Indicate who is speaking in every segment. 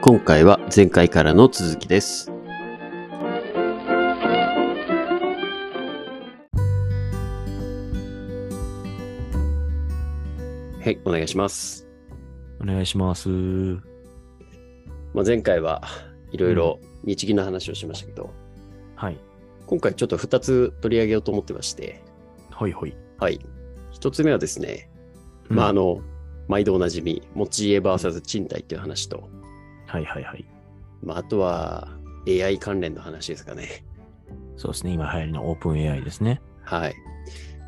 Speaker 1: 今回は前回からの続きです。はい、お願いします。
Speaker 2: お願いします。うん
Speaker 1: まあ、前回はいろいろ日銀の話をしましたけど、
Speaker 2: はい。
Speaker 1: 今回ちょっと2つ取り上げようと思ってまして、
Speaker 2: ほいほい。
Speaker 1: はい。1つ目はですね、まああ
Speaker 2: の、
Speaker 1: の、毎度おなじみ、持ち家 VS 賃貸っていう話と、
Speaker 2: はいはいはい。
Speaker 1: まあ、あとは AI 関連の話ですかね。
Speaker 2: そうですね。今流行りのオープン AI ですね。
Speaker 1: はい。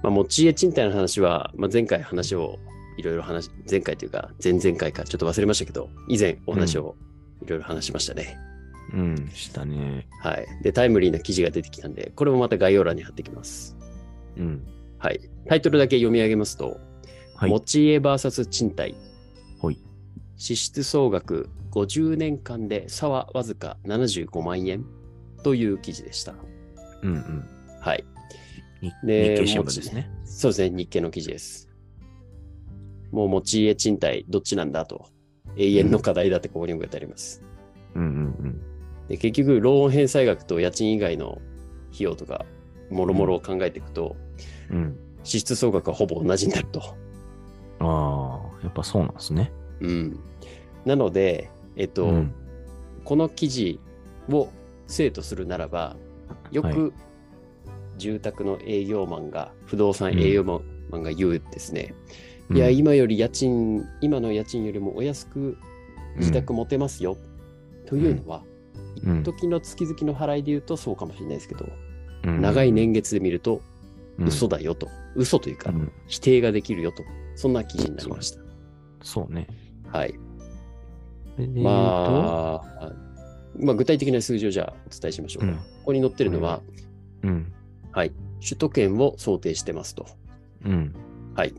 Speaker 1: まあ、持ち家賃貸の話は、まあ、前回話をいろいろ話、前回というか、前々回かちょっと忘れましたけど、以前お話をいろいろ話しましたね。
Speaker 2: うん、したね。
Speaker 1: はい。で、タイムリーな記事が出てきたんで、これもまた概要欄に貼ってきます。
Speaker 2: うん。
Speaker 1: はい。タイトルだけ読み上げますと、
Speaker 2: はい
Speaker 1: 持。ち家 VS 賃貸。
Speaker 2: ほい。
Speaker 1: 支出総額50年間で差はわずか75万円という記事でした。
Speaker 2: うんうん。
Speaker 1: はい。
Speaker 2: に日
Speaker 1: で
Speaker 2: 経新聞ですね。
Speaker 1: そうですね、日経の記事です。もう持ち家賃貸どっちなんだと。永遠の課題だってここに向けてあります。
Speaker 2: うんうん
Speaker 1: で結局、ローン返済額と家賃以外の費用とか、もろもろを考えていくと、
Speaker 2: うん。うん。
Speaker 1: 支出総額はほぼ同じになると。
Speaker 2: ああ、やっぱそうなんですね。
Speaker 1: うん。なので、えっと、
Speaker 2: うん
Speaker 1: この記事を生とするならば、よ
Speaker 2: は
Speaker 1: く住宅の営業マンが、不動産営業マンマンが言うですね、いや、
Speaker 2: うん
Speaker 1: 今より家賃、今の家賃よりもお安く自宅持てますよ、というのは、
Speaker 2: うん
Speaker 1: 一時の月々の払いで言うとそうかもしれないですけど、
Speaker 2: うん
Speaker 1: 長い年月で見ると嘘
Speaker 2: だ。
Speaker 1: だよと、嘘というか
Speaker 2: う、ん
Speaker 1: 否定ができるよと、そんな記事になりました。
Speaker 2: そうね。
Speaker 1: はい。
Speaker 2: それで
Speaker 1: ま
Speaker 2: あ、
Speaker 1: あ、まあ、具体的な数字をじゃあお伝えしましょうか。
Speaker 2: うん
Speaker 1: ここに載ってるのは、
Speaker 2: うん。
Speaker 1: はい、首都圏を想定してますと。
Speaker 2: うん。
Speaker 1: はい、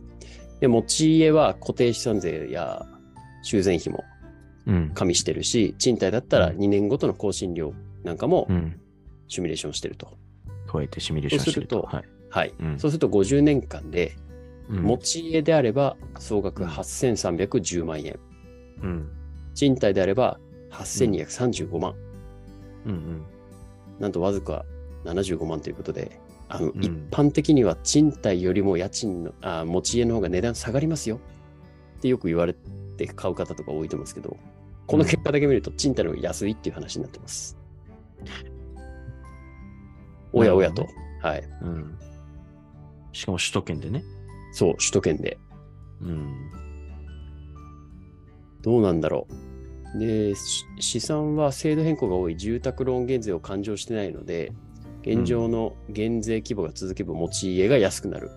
Speaker 1: で持ち家は固定資産税や修繕費も
Speaker 2: うん。
Speaker 1: 加味してるし、賃貸だったら
Speaker 2: うん
Speaker 1: 2年ごとの更新料なんかも
Speaker 2: うん。
Speaker 1: シミュレーションしてると。
Speaker 2: 加えてシミュレーションして
Speaker 1: そ
Speaker 2: と。
Speaker 1: うす
Speaker 2: はい。
Speaker 1: はい
Speaker 2: うん
Speaker 1: そうすると50年間で、
Speaker 2: うん
Speaker 1: 持ち家であれば総額
Speaker 2: うん
Speaker 1: 8310万円、
Speaker 2: うん。
Speaker 1: 賃貸であれば8235万、
Speaker 2: うん
Speaker 1: なんとわずか75万ということで、あの
Speaker 2: うん
Speaker 1: 一般的には賃貸よりも家賃のあ持ち家の方が値段下がりますよってよく言われて買う方とか多いと思うんですけど、この結果だけ見ると賃貸の方が安いっていう話になってます。おやおやと、
Speaker 2: な
Speaker 1: は
Speaker 2: る
Speaker 1: い。
Speaker 2: うん。うん。しかも首都圏でね。
Speaker 1: そう、首都圏で。
Speaker 2: うん。
Speaker 1: どうなんだろう。で、し資産は制度変更が多い住宅ローン減税を勘定してないので、現状の減税規模が続けば持ち家が安くなる。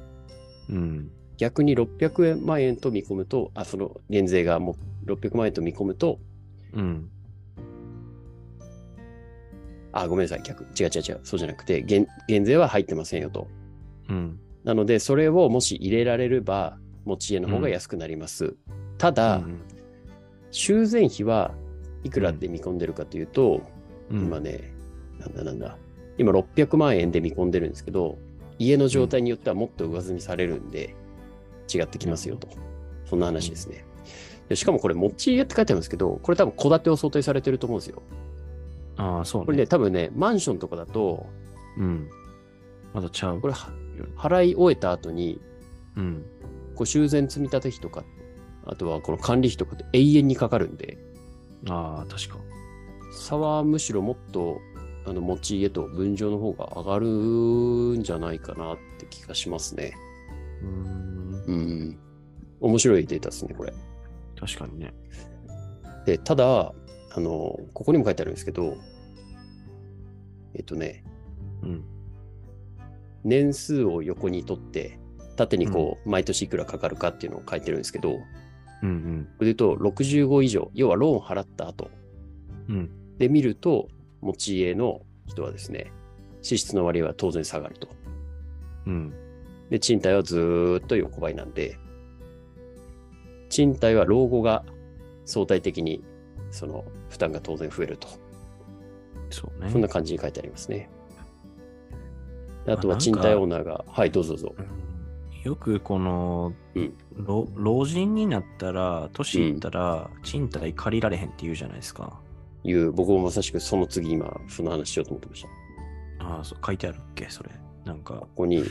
Speaker 2: うん。
Speaker 1: 逆に600万円と見込むと、あ、その減税がもう600万円と見込むと、
Speaker 2: うん。
Speaker 1: あ、ごめんなさい、逆、違う違う違う、そうじゃなくて、減減税は入ってませんよと。
Speaker 2: うん。
Speaker 1: なので、それをもし入れられれば、持ち家の方が安くなります。ただ、
Speaker 2: うん
Speaker 1: 修繕費はいくらで見込んでるかというと、
Speaker 2: うん
Speaker 1: 今ね、なんだなんだ、今600万円で見込んでるんですけど、家の状態によってはもっと上積みされるんで、違ってきますよと。そんな話ですね。でしかもこれ、持ち家って書いてあるんですけど、これ多分戸建てを想定されてると思うんですよ。
Speaker 2: ああ、そう
Speaker 1: これね、多分ね、マンションとかだと、
Speaker 2: うん。まだちゃう。
Speaker 1: これは払い終えた後に、
Speaker 2: うん。
Speaker 1: こう修繕積立費とか、あとはこの管理費とかって永遠にかかるんで、
Speaker 2: ああ、確か。
Speaker 1: 差はむしろもっとあの持ち家と分譲の方が上がるんじゃないかなって気がしますね。
Speaker 2: うーん。
Speaker 1: うん。面白いデータですね、これ。
Speaker 2: 確かにね。
Speaker 1: で、ただ、あの、ここにも書いてあるんですけど、えっとね、
Speaker 2: うん。
Speaker 1: 年数を横に取って、縦にこう、毎年いくらかかるかっていうのを書いてるんですけど、こ
Speaker 2: うん
Speaker 1: れで言うと、65以上、要はローン払った後、
Speaker 2: うん。うん。
Speaker 1: で見ると、持ち家の人はですね、支出の割合は当然下がると。
Speaker 2: うん。
Speaker 1: で、賃貸はずーっと横ばいなんで、賃貸は老後が相対的にその負担が当然増えると。
Speaker 2: そうね。
Speaker 1: そんな感じに書いてありますね。であと
Speaker 2: あなん
Speaker 1: は
Speaker 2: か
Speaker 1: 賃貸オーナーが、はい、どうぞどうぞ。
Speaker 2: うんよくこの、
Speaker 1: うん
Speaker 2: 老老人になったら、年いったら、賃貸借りられへんって言うじゃないですか。
Speaker 1: いう、僕もまさしくその次今、その話しようと思ってました。こ
Speaker 2: ああ、そう、書いてあるっけ、それ。なんか。
Speaker 1: こに、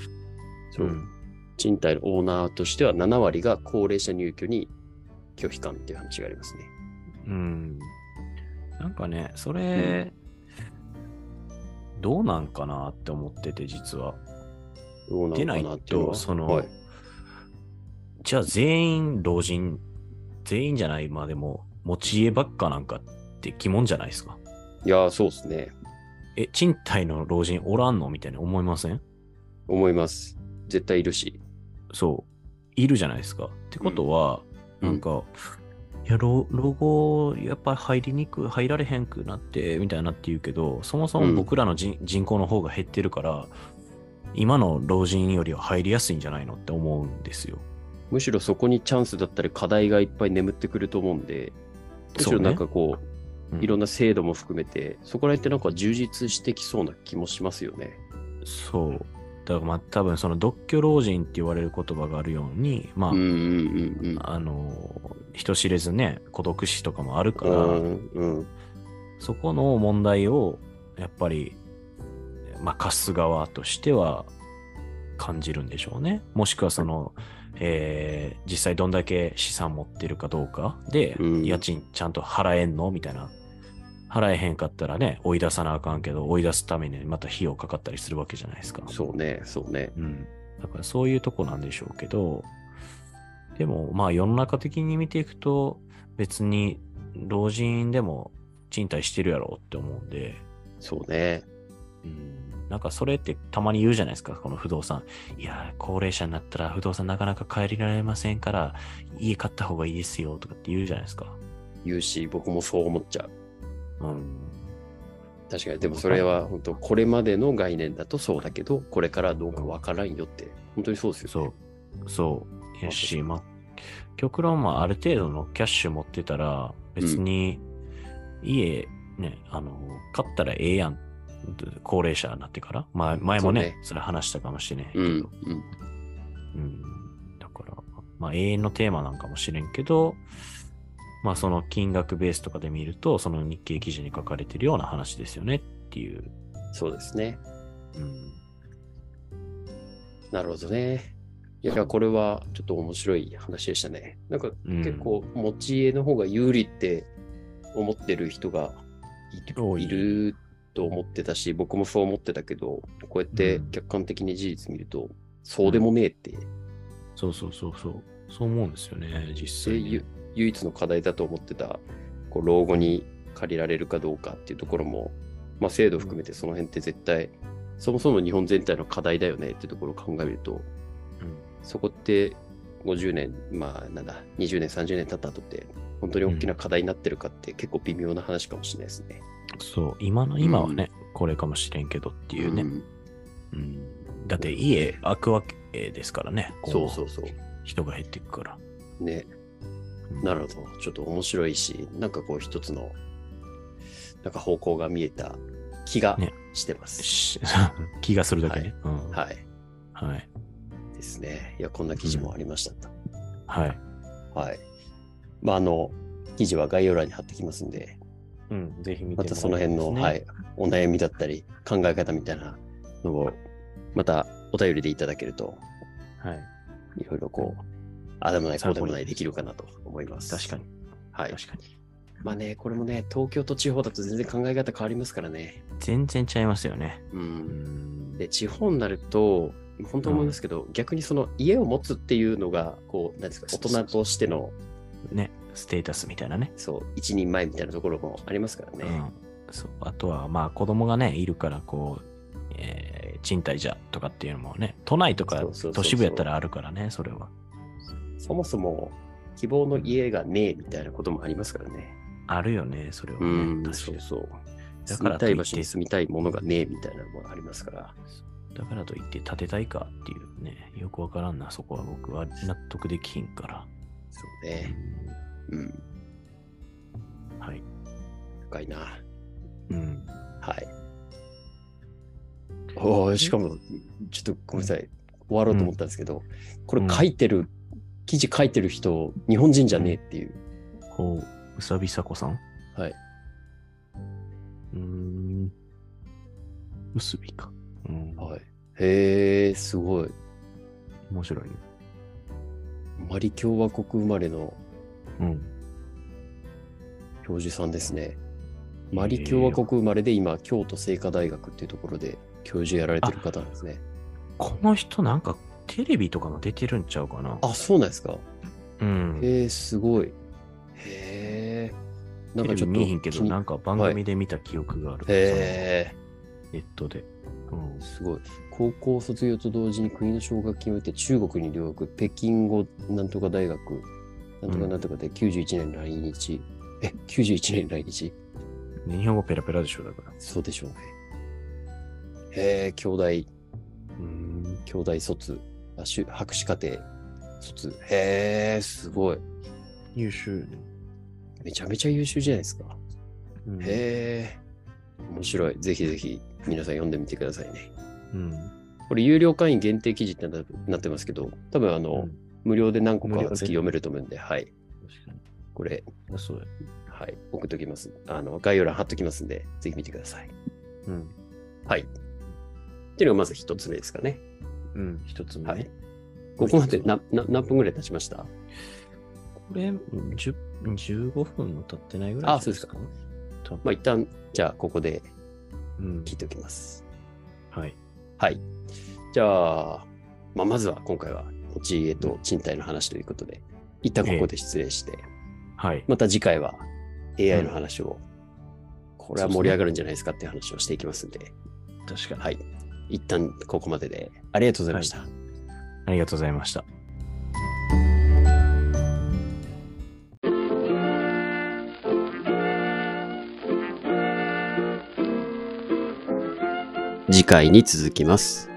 Speaker 1: そう、
Speaker 2: ん。
Speaker 1: 賃貸のオーナーとしては7割が高齢者入居に拒否感っていう話がありますね。
Speaker 2: うん。なんかね、それ、どうなんかなって思ってて、実は。
Speaker 1: どうな
Speaker 2: 出
Speaker 1: の
Speaker 2: な
Speaker 1: か
Speaker 2: い
Speaker 1: なっていうの
Speaker 2: と、
Speaker 1: は
Speaker 2: その、
Speaker 1: はい、
Speaker 2: じゃあ全員老人、全員じゃないまでも、持ち家ばっかなんかって疑問じゃないですか。
Speaker 1: いやー、そうですね。
Speaker 2: え、賃貸の老人おらんのみたいに思いません
Speaker 1: 思います。絶対いるし。
Speaker 2: そう、いるじゃないですか。ってことは、
Speaker 1: うん
Speaker 2: なんか、いや老老後、やっぱ入りにくい、入られへんくなって、みたいなって言うけど、そもそうも
Speaker 1: ん
Speaker 2: 僕らの人,、人口の方が減ってるから、今の老人よりは入りやすいんじゃないのって思うんですよ。
Speaker 1: むしろそこにチャンスだったり課題がいっぱい眠ってくると思うんで、むしろなんかこう、いろん
Speaker 2: な。
Speaker 1: な制度も含めて、そこら辺ってなんか充実してきそうな気もしますよね。
Speaker 2: そう。だからまあ多分その独居老人って言われる言葉があるように、まあ、
Speaker 1: うんうんうんうん。
Speaker 2: あの、人知れずね、孤独死とかもあるか
Speaker 1: う
Speaker 2: ら、
Speaker 1: んうん、
Speaker 2: そこの問題をやっぱり、まあ、貸す側としては感じるんでしょうね。もしくはその、えー実際どんだけ資産持ってるかどうかで、
Speaker 1: うん
Speaker 2: 家賃ちゃんと払えんのみたいな。払えへんかったらね、追い出さなあかんけど、追い出すためにまた費用かかったりするわけじゃないですか。
Speaker 1: そうね、そうね。
Speaker 2: うん。だからそういうとこなんでしょうけど、でもまあ世の中的に見ていくと、別に老人でも賃貸してるやろって思うんで、
Speaker 1: そうね。
Speaker 2: うん、なんかそれってたまに言うじゃないですか、この不動産。いやー、高齢者になったら不動産なかなか借りられませんから、家買った方がいいですよとかって言うじゃないですか。
Speaker 1: 言うし、僕もそう思っちゃう。
Speaker 2: うん。
Speaker 1: 確かに、でもそれは本当、これまでの概念だとそうだけど、これからどうかわからんよって、本当にそうですよ、ね。
Speaker 2: そう。そう。やし、まあ、極論はある程度のキャッシュ持ってたら、別に家、ね、あの、買ったらええやん。高齢者になってから。まあ、前もね、
Speaker 1: そう
Speaker 2: そ
Speaker 1: ね
Speaker 2: れ話したかもしれへんけ
Speaker 1: うん、
Speaker 2: ど。
Speaker 1: うん。
Speaker 2: うんだから、まあ、永遠のテーマなんかもしれんけど、まあ、その金額ベースとかで見ると、その日経記事に書かれてるような話ですよねっていう。
Speaker 1: そうですね。
Speaker 2: うん。
Speaker 1: なるほどね。いや、これはちょっと面白い話でしたね。なんか
Speaker 2: うん
Speaker 1: 結構、持ち家の方が有利って思ってる人がい
Speaker 2: 多い
Speaker 1: いると思ってたし、僕もそう思ってたけど、こうやって
Speaker 2: うん
Speaker 1: 客観的に事実見ると、そうでもねえって、
Speaker 2: そうそうそうそう。そう思うんですよね、実
Speaker 1: それ
Speaker 2: 際に、
Speaker 1: ゆ唯一の課題だと思ってた、こう老後に借りられるかどうかっていうところも、まあ、制度含めてその辺って絶対、そもそも日本全体の課題だよねっていうところを考えると、
Speaker 2: うん
Speaker 1: そこって50年、まあなんだ、20年、30年経った後って、本当に大きな課題になってるかって結構微妙な話かもしれないですね。
Speaker 2: そう、今の、今はね、これかもしれんけどっていうね。
Speaker 1: ん
Speaker 2: うんだって、家、開くわけですからね。。
Speaker 1: そうそううそう。
Speaker 2: 人が減っていくから。
Speaker 1: ね、
Speaker 2: うん
Speaker 1: なるほど。ちょっと面白いし、なんかこう一つの、なんか方向が見えた気が
Speaker 2: ね
Speaker 1: してます。
Speaker 2: し 気がするだけね。うん
Speaker 1: はい。
Speaker 2: はい。
Speaker 1: ですね。いや、こんな記事もありましたと。
Speaker 2: はい。
Speaker 1: はい。まあ、あの、記事は概要欄に貼ってきますんで、
Speaker 2: うん、ぜひ見
Speaker 1: またその辺の、はい、お悩みだったり、考え方みたいなのを、またお便りでいただけると、
Speaker 2: はい。
Speaker 1: いろいろこう、あでもない、こうでもな
Speaker 2: 参考
Speaker 1: い、
Speaker 2: に
Speaker 1: できるかなと思います。
Speaker 2: 確かに。
Speaker 1: はい。
Speaker 2: 確かに。
Speaker 1: まあね、これもね、東京と地方だと全然考え方変わりますからね。
Speaker 2: 全然ちゃいますよね。
Speaker 1: う。
Speaker 2: うんん
Speaker 1: で、地方になると、本当思いますけど、逆にその家を持つっていうのが、こう、なんですか、大人としての、
Speaker 2: ね、ステータスみたいなね。
Speaker 1: そう、一人前みたいなところもありますからね。
Speaker 2: うん、そうあとは、まあ、子供がね、いるから、こう、えー賃貸じゃとかっていうのもね、都内とか
Speaker 1: そうそうそうそう
Speaker 2: 都市部やったらあるからね、それは。
Speaker 1: そもそも希望の家がねえみたいなこともありますからね。
Speaker 2: あるよね、それはね。確か
Speaker 1: そう
Speaker 2: に
Speaker 1: そう。
Speaker 2: だ
Speaker 1: 住
Speaker 2: から
Speaker 1: み
Speaker 2: と
Speaker 1: た
Speaker 2: い
Speaker 1: い
Speaker 2: っ
Speaker 1: 場所
Speaker 2: て
Speaker 1: に、住みたいものがねえみたいなのもありますから。
Speaker 2: だからといって建てたいかっていうね、よくわからんな、そこは僕は納得できひんから。
Speaker 1: そうね。うん。
Speaker 2: うんはい。
Speaker 1: 深いな。
Speaker 2: うん。
Speaker 1: はい。おーしかも、ちょっとごめんなさい。終わろうと思ったんですけど、これ書いてる、記事書いてる人、日本人じゃねえっていう。
Speaker 2: こう、うさびさこさん
Speaker 1: はい。
Speaker 2: 結びか。うん。
Speaker 1: はい。へえ、すごい。
Speaker 2: 面白いね。
Speaker 1: マリ共和国生まれの
Speaker 2: うん。
Speaker 1: 教授さんですね。マリ共和国生まれで今、京都精華大学っていうところで教授やられてる方なんですね。
Speaker 2: この人なんかテレビとかも出てるんちゃうかな。
Speaker 1: あ、そうなんですか。
Speaker 2: うん。
Speaker 1: へえ、すごい。へえ。な
Speaker 2: テ
Speaker 1: んか
Speaker 2: レ
Speaker 1: ちょ
Speaker 2: ビ
Speaker 1: っと
Speaker 2: 見えへんけど、
Speaker 1: 気に
Speaker 2: なんか番組で見た記憶がある。
Speaker 1: へ
Speaker 2: そのネットで。うん
Speaker 1: え、。すごい。高校卒業と同時に国の奨学金を得て中国に留学、北京語なんとか大学、なんとかなんとかで91年来日。え、91年来日
Speaker 2: ね日本語ペラペラでしょ、だから。
Speaker 1: そうでしょうね。へえ、兄弟、
Speaker 2: うん。
Speaker 1: 兄弟卒、あしゅ博士課程卒。へえ、すごい。
Speaker 2: 優秀。
Speaker 1: めちゃめちゃ優秀じゃないですか。
Speaker 2: うん
Speaker 1: へえ、面白い。ぜひぜひ皆さん読んでみてくださいね。
Speaker 2: うん。
Speaker 1: これ有料会員限定記事ってななってますけど、多分あの、
Speaker 2: うん
Speaker 1: 無料で何個か
Speaker 2: 無料で
Speaker 1: 月読めると思うんで、はい。
Speaker 2: 確か
Speaker 1: これ、
Speaker 2: にそうだよ
Speaker 1: はい、送っときます。あの、概要欄貼っときますんで、ぜひ見てください。
Speaker 2: うん。
Speaker 1: はい。っていうのがまず一つ目ですかね。
Speaker 2: うん。一つ目ね。
Speaker 1: はい。ここまでなな何分ぐらい経ちました
Speaker 2: これ、10 15分も経ってないぐらい
Speaker 1: あそうですか
Speaker 2: じゃないですか。多分
Speaker 1: まあ一旦、じゃあここで
Speaker 2: うん
Speaker 1: 切っておきます。
Speaker 2: はい。
Speaker 1: はい。じゃあ、まあ、まずは今回は持ち家と賃貸の話ということで、一旦ここで失礼して、
Speaker 2: はい。
Speaker 1: また次回は AI の話を、これは盛り上がるんじゃないですかっていう話をしていきますんで、
Speaker 2: 確かに。
Speaker 1: はい。一旦ここまでで、ありがとうございました。
Speaker 2: ありがとうございました。
Speaker 1: 次回に続きます。